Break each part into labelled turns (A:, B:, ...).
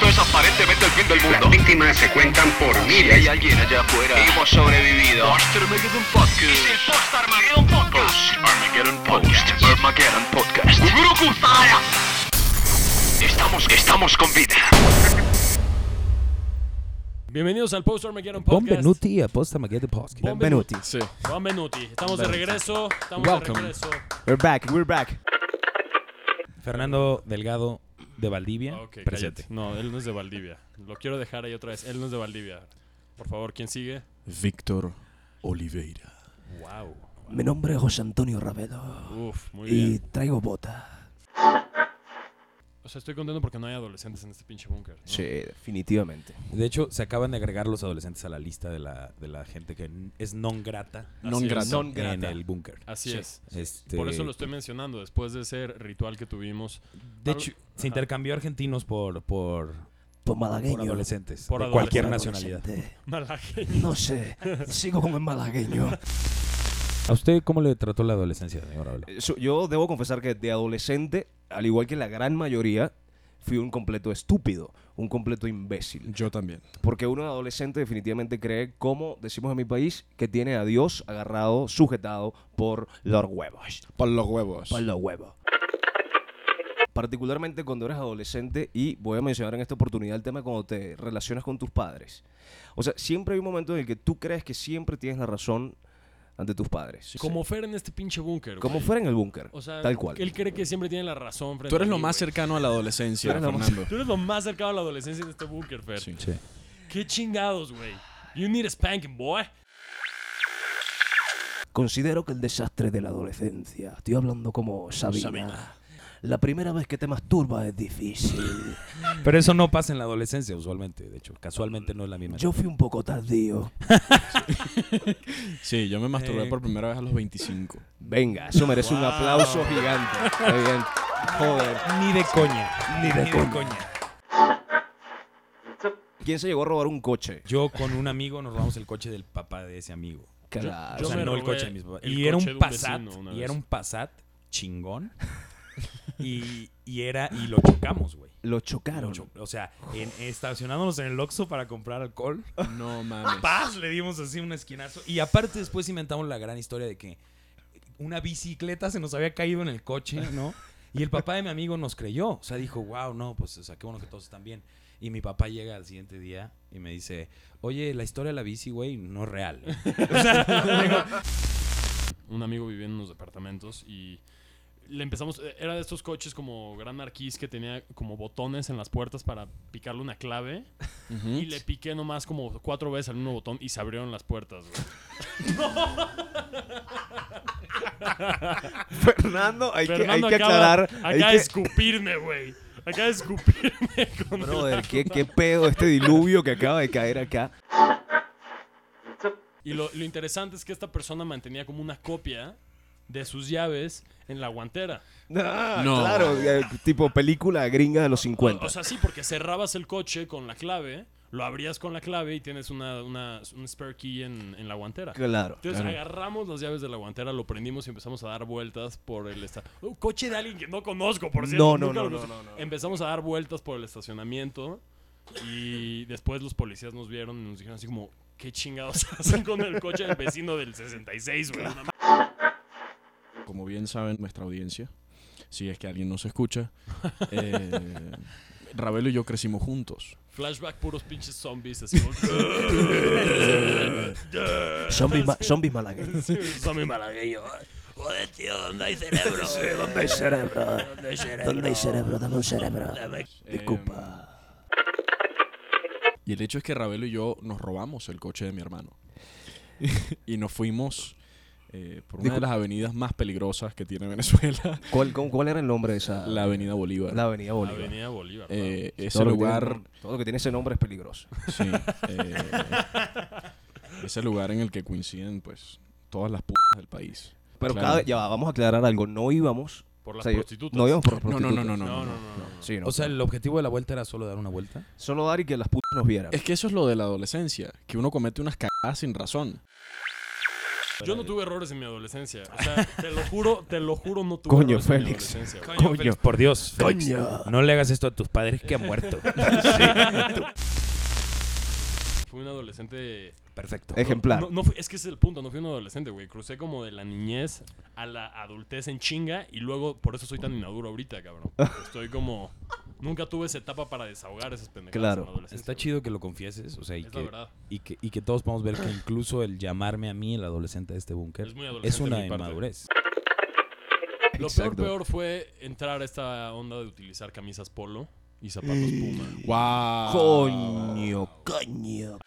A: Evidentemente el fin del mundo.
B: Las víctimas se cuentan por
A: Si
B: miles.
A: hay alguien allá afuera, hemos sobrevivido. Poster Armageddon Podcast. Es el Post Armageddon Podcast. Post Armageddon Podcast. Armageddon Podcast. Estamos, estamos con vida.
C: Bienvenidos al Post Armageddon Podcast.
D: Benvenuti a Posta Maguette Podcast.
C: Benvenuti.
E: Sí.
C: Juan Benuti. Estamos de regreso. Estamos
E: Welcome.
C: de regreso.
D: We're back, we're back. Fernando Delgado de Valdivia,
C: Ah, Ok,
D: presente.
C: cállate. No, él no es de Valdivia. Lo quiero dejar ahí otra vez. Él no es de Valdivia. Por favor, ¿quién sigue?
E: Víctor Oliveira.
C: Wow.
F: Mi nombre es José Antonio Ravelo
C: Uf, muy
F: y
C: bien.
F: traigo bota.
C: O sea, estoy contento porque no hay adolescentes en este pinche búnker. ¿no?
D: Sí, definitivamente. De hecho, se acaban de agregar los adolescentes a la lista de la, de la gente que n- es non grata
C: Así
E: Non
C: es.
E: grata.
D: en
E: Non
D: el búnker.
C: Así es.
D: Este,
C: Por eso lo estoy mencionando, después de ese ritual que tuvimos.
D: De hecho, se intercambió argentinos por, por,
F: Por
D: por
F: malagueño.
D: adolescentes
C: Por
D: de cualquier
C: adolescentes.
D: nacionalidad.
F: Adolescente.
C: Malagueño.
F: No sé, sigo con el malagueño.
D: ¿A usted cómo le trató la adolescencia, señor Abelo?
G: Eso- Yo debo confesar que de adolescente, al igual que la gran mayoría, fui un completo estúpido, un completo imbécil.
E: Yo también.
G: Porque uno de adolescente definitivamente cree, como decimos en mi país, que tiene a Dios agarrado, sujetado por los huevos.
E: Por los huevos.
G: Por los huevos. Particularmente cuando eres adolescente, y voy a mencionar en esta oportunidad el tema cuando te relacionas con tus padres. O sea, siempre hay un momento en el que tú crees que siempre tienes la razón ante tus padres.
C: Como Fer en este pinche búnker.
G: Como
C: güey.
G: fuera en el búnker.
C: O sea,
G: tal cual.
C: Él cree que siempre tiene la razón. frente
E: Tú eres
C: a
E: lo
C: mí,
E: más
C: güey.
E: cercano a la adolescencia,
G: Tú eres lo más-
E: Fernando.
C: Tú eres lo más cercano a la adolescencia en este búnker, Fer.
E: Sí.
D: Sí.
C: Qué chingados, güey. You need a spanking, boy.
F: Considero que el desastre de la adolescencia, estoy hablando como Sabina.
C: Sabina.
F: La primera vez que te masturbas es difícil.
D: Pero eso no pasa en la adolescencia usualmente, de hecho. Casualmente no es la misma.
F: Yo fui un poco tardío.
E: Sí, yo me masturbé por primera vez a los 25.
G: Venga, eso merece un aplauso gigante. Muy bien. Joder.
D: Ni de coña. Ni de, coña.
G: ¿Quién se llegó a robar un coche?
D: Yo con un amigo nos robamos el coche del papá de ese amigo.
G: Claro.
C: Yo
D: Ah, o sea,
C: me
D: no el
C: robé
D: coche de mis papás.
C: el
D: Y era
C: coche de
D: un
C: un
D: Passat.
C: vecino una
D: y era
C: vez.
D: un Passat chingón. y, y era y lo chocamos, güey.
G: Lo
D: Lo
G: chocaron.
D: cho- O sea, en- estacionándonos en el Oxxo para comprar alcohol.
E: No mames.
D: ¡Paz! Le dimos así un esquinazo. Y aparte después inventamos la gran historia de que una bicicleta se nos había caído en el coche, ¿no? Y el papá de mi amigo nos creyó. O sea, dijo, wow, no, pues, o sea, qué bueno que todos están bien. Y mi papá llega al siguiente día y me dice, oye, la historia de la bici, güey, no es real. O sea, digo,
C: Un amigo vivía en unos departamentos y le empezamos. e-, Era de estos coches como Gran Marquis que tenía como botones en las puertas para picarle una clave. Y le piqué nomás como cuatro veces al mismo botón y se abrieron las puertas, güey.
G: Fernando, hay,
C: Fernando
G: que, hay que
C: acaba,
G: aclarar.
C: acaba
G: Hay
C: de
G: que,
C: escupirme, güey. Acaba de escupirme con el
G: brother, ¿qué, qué pedo este diluvio que acaba de caer acá.
C: Y lo, lo interesante es que esta persona mantenía como una copia de sus llaves en la guantera.
E: No.
G: Claro, eh, tipo película gringa de los
C: O,
G: 50.
C: o sea, sí, porque cerrabas el coche con la clave, lo abrías con la clave y tienes una, una- un spare key en, en la guantera.
G: claro.
C: Entonces agarramos las llaves de la guantera, lo prendimos y empezamos a dar vueltas por el esta- Un coche de alguien que no conozco, por cierto.
G: No, no,
C: nunca lo
G: no, no,
C: conozco. Empezamos a dar vueltas por el estacionamiento y después los policías nos vieron y nos dijeron así como, ¿qué chingados hacen con el coche del vecino del 66, güey? Una
E: Como bien saben nuestra audiencia, si es que alguien nos escucha, eh, Ravelo y yo crecimos juntos.
C: Flashback puros pinches zombies así.
F: Zombies, ma- zombies malagueños.
C: Zombie malagueño. Joder, tío, ¿dónde hay cerebro?
F: ¿Dónde hay cerebro? ¿Dónde hay cerebro? Dame un cerebro.
E: Disculpa. y el hecho es que Ravelo y yo nos robamos el coche de mi hermano. y nos fuimos eh, por una de las avenidas más peligrosas que tiene Venezuela,
G: ¿Cuál, cómo- cuál era el nombre de esa?
E: la Avenida Bolívar.
G: la Avenida Bolívar.
C: Avenida Bolívar.
E: Eh, ese
G: Todo lo que tiene-
E: lugar
G: todo lo que tiene ese nombre es peligroso.
E: Sí. eh, ese lugar en el que coinciden, pues, todas las putas del país.
G: Pero
E: Claro.
G: cada, ya va, vamos a aclarar algo. No íbamos.
C: Por
G: o
C: las
G: sea, yo-
C: prostitutas.
G: No íbamos por las
E: No, no,
G: prostitutas.
E: no, no, no,
C: No,
E: no,
C: no,
E: no.
C: no. no.
G: Sí, no.
D: o sea, el objetivo de la vuelta era solo dar una vuelta.
G: Solo dar y que las putas nos vieran.
E: Es que eso es lo de la adolescencia, que uno comete unas cagadas sin razón.
C: Yo no tuve errores en mi adolescencia. O sea, te lo juro, te lo juro, no tuve
G: Coño,
C: errores en mi
G: Félix.
C: adolescencia. güey.
D: Coño, Félix, por Dios, Félix,
F: Coño.
D: no le hagas esto a tus padres que han muerto.
C: Fui un adolescente
D: Perfecto.
G: Ejemplar.
C: No, no fui- es que ese es el punto, no fui un adolescente, güey. Crucé como de la niñez a la adultez en chinga y luego por eso soy tan inmaduro ahorita, cabrón. Estoy como. Nunca tuve esa etapa para desahogar esas pendejadas.
G: Claro.
C: en la adolescencia,
D: Está
C: güey.
D: chido que lo confieses, o sea, y
C: Es la
D: que,
C: verdad.
D: y, que, y que todos podamos ver que incluso el llamarme a mí el adolescente de este búnker
C: Es muy adolescente
D: es una
C: de mi parte.
D: inmadurez.
C: Lo
G: Exacto.
C: peor, peor fue entrar a esta onda de utilizar camisas polo y zapatos puma.
E: ¡Wow!
G: Coño.
F: Coño.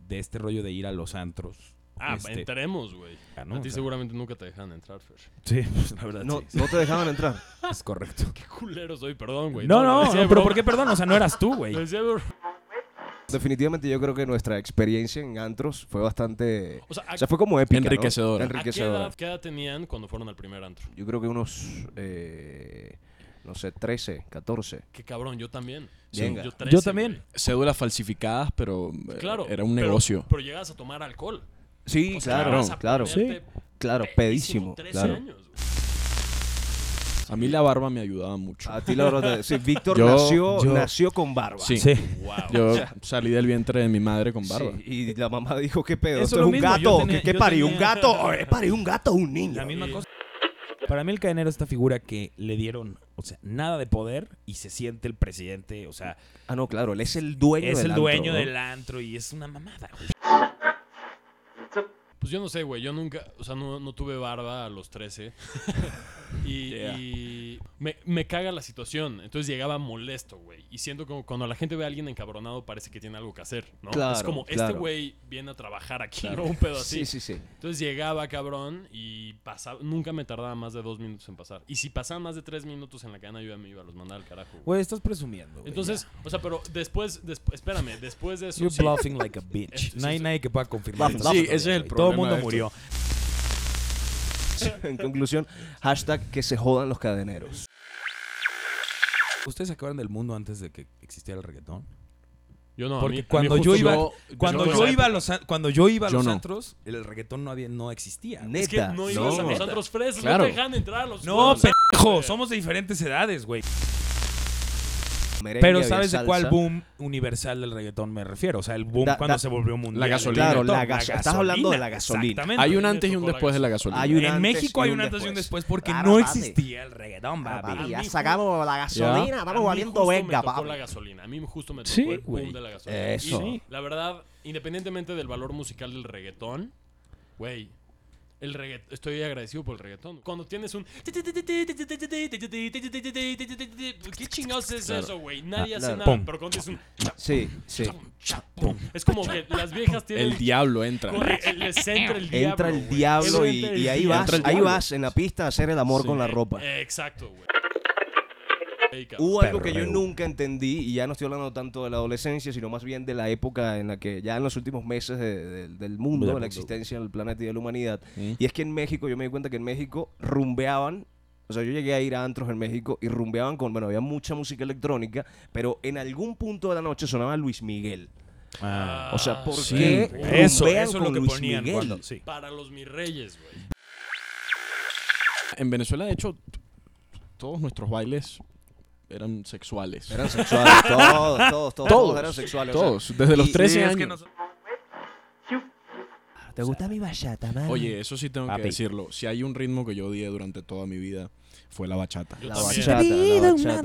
D: De este rollo de ir a los antros.
C: Ah,
D: este,
C: entremos, güey.
D: Ah, no,
C: a ti
D: o sea.
C: seguramente nunca te dejan entrar, Fer.
D: Sí, pues, la verdad
G: No,
D: sí,
G: no te dejaban entrar.
D: es correcto.
C: Qué culero soy, perdón, güey.
D: no, no,
C: lo decía
D: no,
C: de
D: pero
C: broma.
D: ¿por qué perdón? O sea, no eras tú, güey.
C: Lo decía de broma.
G: Definitivamente yo creo que nuestra experiencia en antros fue bastante...
C: O sea, ¿a,
G: O sea, fue como épica, ¿no?
E: Enriquecedora.
C: a qué,
G: Enriquecedora.
C: edad, qué edad tenían cuando fueron al primer antro?
G: Yo creo que unos... eh, no sé, 13, 14.
C: Qué cabrón, yo también.
G: Sí. Venga. Yo
C: 13,
D: también.
C: güey.
E: Cédulas falsificadas, pero eh,
C: Claro.
E: era un
C: pero-
E: negocio.
C: Pero llegabas a tomar alcohol.
G: Sí,
C: O sea,
G: claro,
C: llegabas a
G: claro.
C: ponerte
G: Claro, pedísimo.
C: 13
G: claro.
C: años, güey.
E: A mí la barba me ayudaba mucho.
G: A ti la verdad... te- Sí, Víctor
E: Yo-
G: nació,
E: yo-
G: nació con barba.
E: Sí.
D: Sí.
C: Wow.
E: Yo salí del vientre de mi madre con barba.
G: Sí, y la mamá dijo, ¿qué pedo?
D: Eso
G: ¿Esto
D: es
G: es
D: lo
G: un
D: mismo, yo
G: gato?
D: tenía-
G: ¿Qué,
D: yo
G: qué parió?
D: tenía-
G: ¿Un gato? Oh, ¿eh, parió un gato o un niño?
D: La misma cosa. Para mí el cadenero es esta figura que le dieron, o sea, nada de poder y se siente el presidente, o sea,
G: Ah, no, claro, él es el dueño
D: es
G: del
D: el dueño
G: antro, ¿no?
D: del antro y es una mamada, güey.
C: Pues yo no sé, güey. Yo nunca, o sea, no, no tuve barba a los 13. y
E: Yeah.
C: y me, me caga la situación. Entonces llegaba molesto, güey. Y siento como cuando la gente ve a alguien encabronado, parece que tiene algo que hacer, ¿no? es
G: Claro,
C: como, este
G: claro.
C: güey viene a trabajar aquí, ¿no? Un pedo así.
G: Sí, sí, sí.
C: Entonces llegaba, cabrón, y pasaba. Nunca me tardaba más de dos minutos en pasar. Y si pasaban más de tres minutos en la cadena, yo ya me iba a los mandar al carajo, güey.
D: Güey, estás presumiendo. güey,
C: Entonces, o sea, pero después, desp- espérame, después de
D: ya.
C: eso.
D: You're
C: sí,
D: bluffing like a bitch.
C: Esto sí
D: No hay
C: es-
D: nadie que pueda confirmar.
E: Sí,
D: esta
E: ese
D: historia,
E: es el
D: güey. Todo el
E: problema
D: mundo
E: de esto.
D: murió.
G: En conclusión, hashtag que se jodan los cadeneros.
D: ¿Ustedes se acabaron del mundo antes de que existiera el reggaetón?
C: Yo no, a
D: Porque
C: mí- a mí
D: cuando
C: justo
D: yo iba,
E: yo-
D: cuando
E: yo
D: yo,
E: en esa
D: iba a los, an- cuando yo iba a
E: Yo
D: los
E: no.
D: antros, el reggaetón no había, no existía.
G: Neta.
C: Es que no ibas a los antros fresas,
E: Claro.
C: no te dejan entrar a los
D: No,
C: antros.
D: pendejo, somos de diferentes edades, güey.
G: Merengue,
D: Pero
G: había
D: ¿sabes de cuál
G: salsa.
D: boom universal del reggaetón me refiero? O sea, el boom
G: Da-
D: cuando
G: da-
D: se volvió mundial.
E: La
D: el
E: gasolina.
D: reggaetón,
G: Claro, la gaso- estás hablando de la gasolina.
D: Exactamente.
E: Hay un
C: Me
E: antes y un
C: tocó la
E: después de la gasolina.
G: Hay un
D: en
G: antes
D: México
G: y
D: hay
G: un
D: un antes y un después
G: después.
D: porque
G: Claro,
D: no
G: papi.
D: existía el reggaetón,
G: Ah,
D: papi.
G: papi,
C: A
G: ya
C: mí
G: sacamos la gasolina,
C: A mí
G: estamos valiendo
C: justo
G: verga,
C: me tocó
G: papi.
C: la gasolina. A mí justo me tocó
D: Sí,
C: el boom
D: güey.
C: de la gasolina.
G: Eso.
C: Y la verdad, independientemente del valor musical del reggaetón, güey, el regga- estoy agradecido por el reggaetón. Cuando tienes un ¿Qué chingados es eso, güey? Nadie
G: Ah,
C: hace
G: claro.
C: nada,
D: Pum.
C: pero cuando es un
G: Sí, sí.
C: es como que las viejas tienen
E: El diablo entra.
C: corre- les entra el diablo.
G: Entra el
C: güey.
G: diablo y,
C: Entra el
G: y ahí
C: diablo.
G: vas,
E: Entra el
G: ahí
E: diablo.
G: vas en la pista a hacer el amor con la ropa.
C: Eh, Exacto, güey. Ey, cabrón.
G: Hubo algo que yo
D: perreo.
G: nunca entendí, y ya no estoy hablando tanto de la adolescencia, sino más bien de la época en la que ya en los últimos meses de- de- del mundo, de la existencia del planeta y de la humanidad.
E: Mm.
G: Y es que en México, yo me di cuenta que en México rumbeaban, o sea, yo llegué a ir a antros en México y rumbeaban con, bueno, había mucha música electrónica, pero en algún punto de la noche sonaba Luis Miguel.
D: Ah,
G: Uh, O sea, ¿por
E: sí.
G: qué
D: eso,
G: rumbean
D: eso es lo
G: con
D: que
G: Luis
D: ponían
G: Miguel?
D: cuando- sí.
C: Para los mis reyes, güey.
E: En Venezuela, de hecho, t- todos nuestros bailes eran sexuales.
G: Eran sexuales, todos, todos, todos, todos eran sexuales. o sea,
E: Todos, desde los
G: y-
E: 13
D: sí, es
E: años.
D: que nos-
F: ¿Te gusta mi bachata, man?
E: Oye, eso sí tengo
D: Papi.
E: que decirlo. Si hay un ritmo que yo odié durante toda mi vida, fue la bachata.
C: Yo
G: la
C: también.
G: bachata, la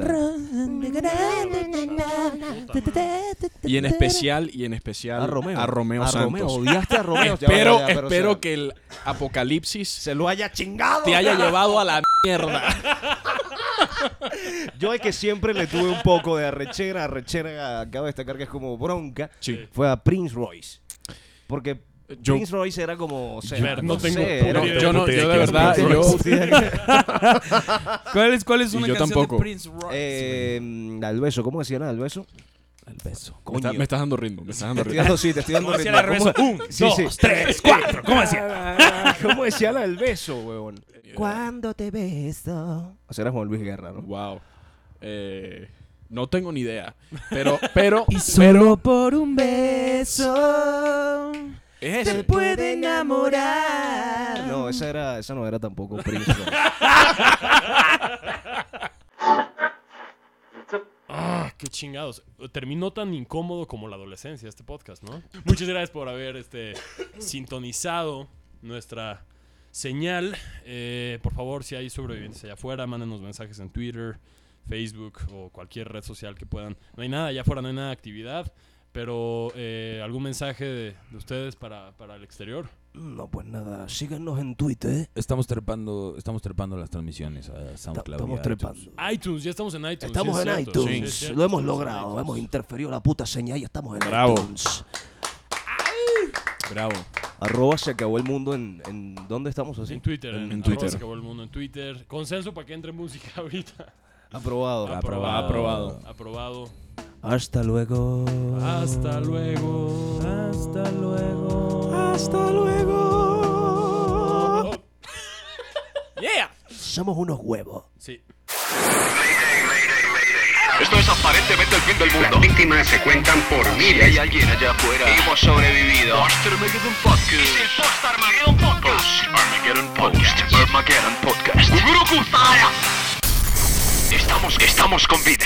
G: bachata.
E: Y en especial, y en especial
G: A Romeo. A
E: Santos.
G: Romeo, odiaste a Romeo.
E: Espero,
G: Ya, ya, ya, pero,
E: espero
G: o sea,
E: que el apocalipsis
G: se lo haya chingado.
E: te haya llevado a la mierda.
G: Yo el que siempre le tuve un poco de arrechera, arrechera, acabo de destacar que es como bronca,
E: Sí.
G: fue a Prince Royce. Porque
D: Eh,
E: Yo-
G: Prince Royce era como, o sea,
C: Ver, no
G: no
C: tengo
G: sé,
C: puta
G: era-
E: No, yo no,
D: puta idea
E: yo de
D: quién es
E: verdad,
D: Prince
E: yo-
D: ¿Cuál es, cuál es
E: Y
D: una
E: yo
D: canción
E: tampoco.
D: de Prince Royce?
G: Eh, al beso, ¿cómo decían al beso?
D: El beso.
E: me, está-
G: Coño.
E: me estás dando ritmo, me
G: Te
E: estás dando
G: estoy
E: ritmo.
G: dando, sí, te estoy dando
D: ¿Cómo hacía
G: ritmo.
D: el beso?
G: ¿Cómo-
D: Un,
G: sí,
D: dos,
G: sí.
D: tres, cuatro. ¿Cómo hacía?
G: ¿Cómo decía la del beso, huevón?
D: Eh,
F: Cuando te beso.
G: O sea, era Juan Luis Guerra, ¿no?
E: Wow. Eh, no tengo ni
D: eh.
E: idea. Pero, pero
F: Solo por un beso.
E: Es ese.
F: puede enamorar.
G: No, esa, era, esa no era tampoco Prince. ¿no?
C: Ah, qué chingados. Terminó tan incómodo como la adolescencia este podcast, ¿no? Muchas gracias por haber este, sintonizado nuestra señal. Eh, por favor, si hay sobrevivientes allá afuera, mándenos mensajes en Twitter, Facebook o cualquier red social que puedan. No hay nada allá afuera, no hay nada de actividad. Pero eh, algún mensaje de, de ustedes para, para el exterior.
G: Mm,
F: No, pues nada, síganos en Twitter.
D: Estamos trepando, estamos trepando las transmisiones a
F: Ta-
D: SoundCloud.
F: Estamos trepando.
C: iTunes, ya estamos en iTunes. sí
F: Estamos
C: es
F: en
C: cierto, sí,
F: iTunes.
C: es cierto,
F: Lo hemos
C: estamos en
F: logrado.
C: iTunes.
F: Hemos interferido la puta señal y estamos en
E: Bravo.
F: iTunes.
E: Bravo.
G: Arroba se acabó el mundo en, en ¿dónde estamos así?
C: En Twitter. En,
E: En
C: arroba
E: Twitter.
C: Se acabó el mundo en Twitter. Consenso para que entre música ahorita.
G: Aprobado.
D: Aprobado.
E: Aprobado.
C: Aprobado.
F: Hasta luego.
C: Ah. Hasta luego. Hasta luego.
F: Hasta luego.
C: Yeah.
F: Somos unos huevos.
C: Sí.
A: Esto es aparentemente el fin del mundo. Las víctimas se cuentan por miles. hay alguien allá afuera, hemos sobrevivido. Monster Armageddon Podcast. Es el Post Armageddon Podcast. Armageddon Podcast. Armageddon Podcast. Estamos, estamos con vida.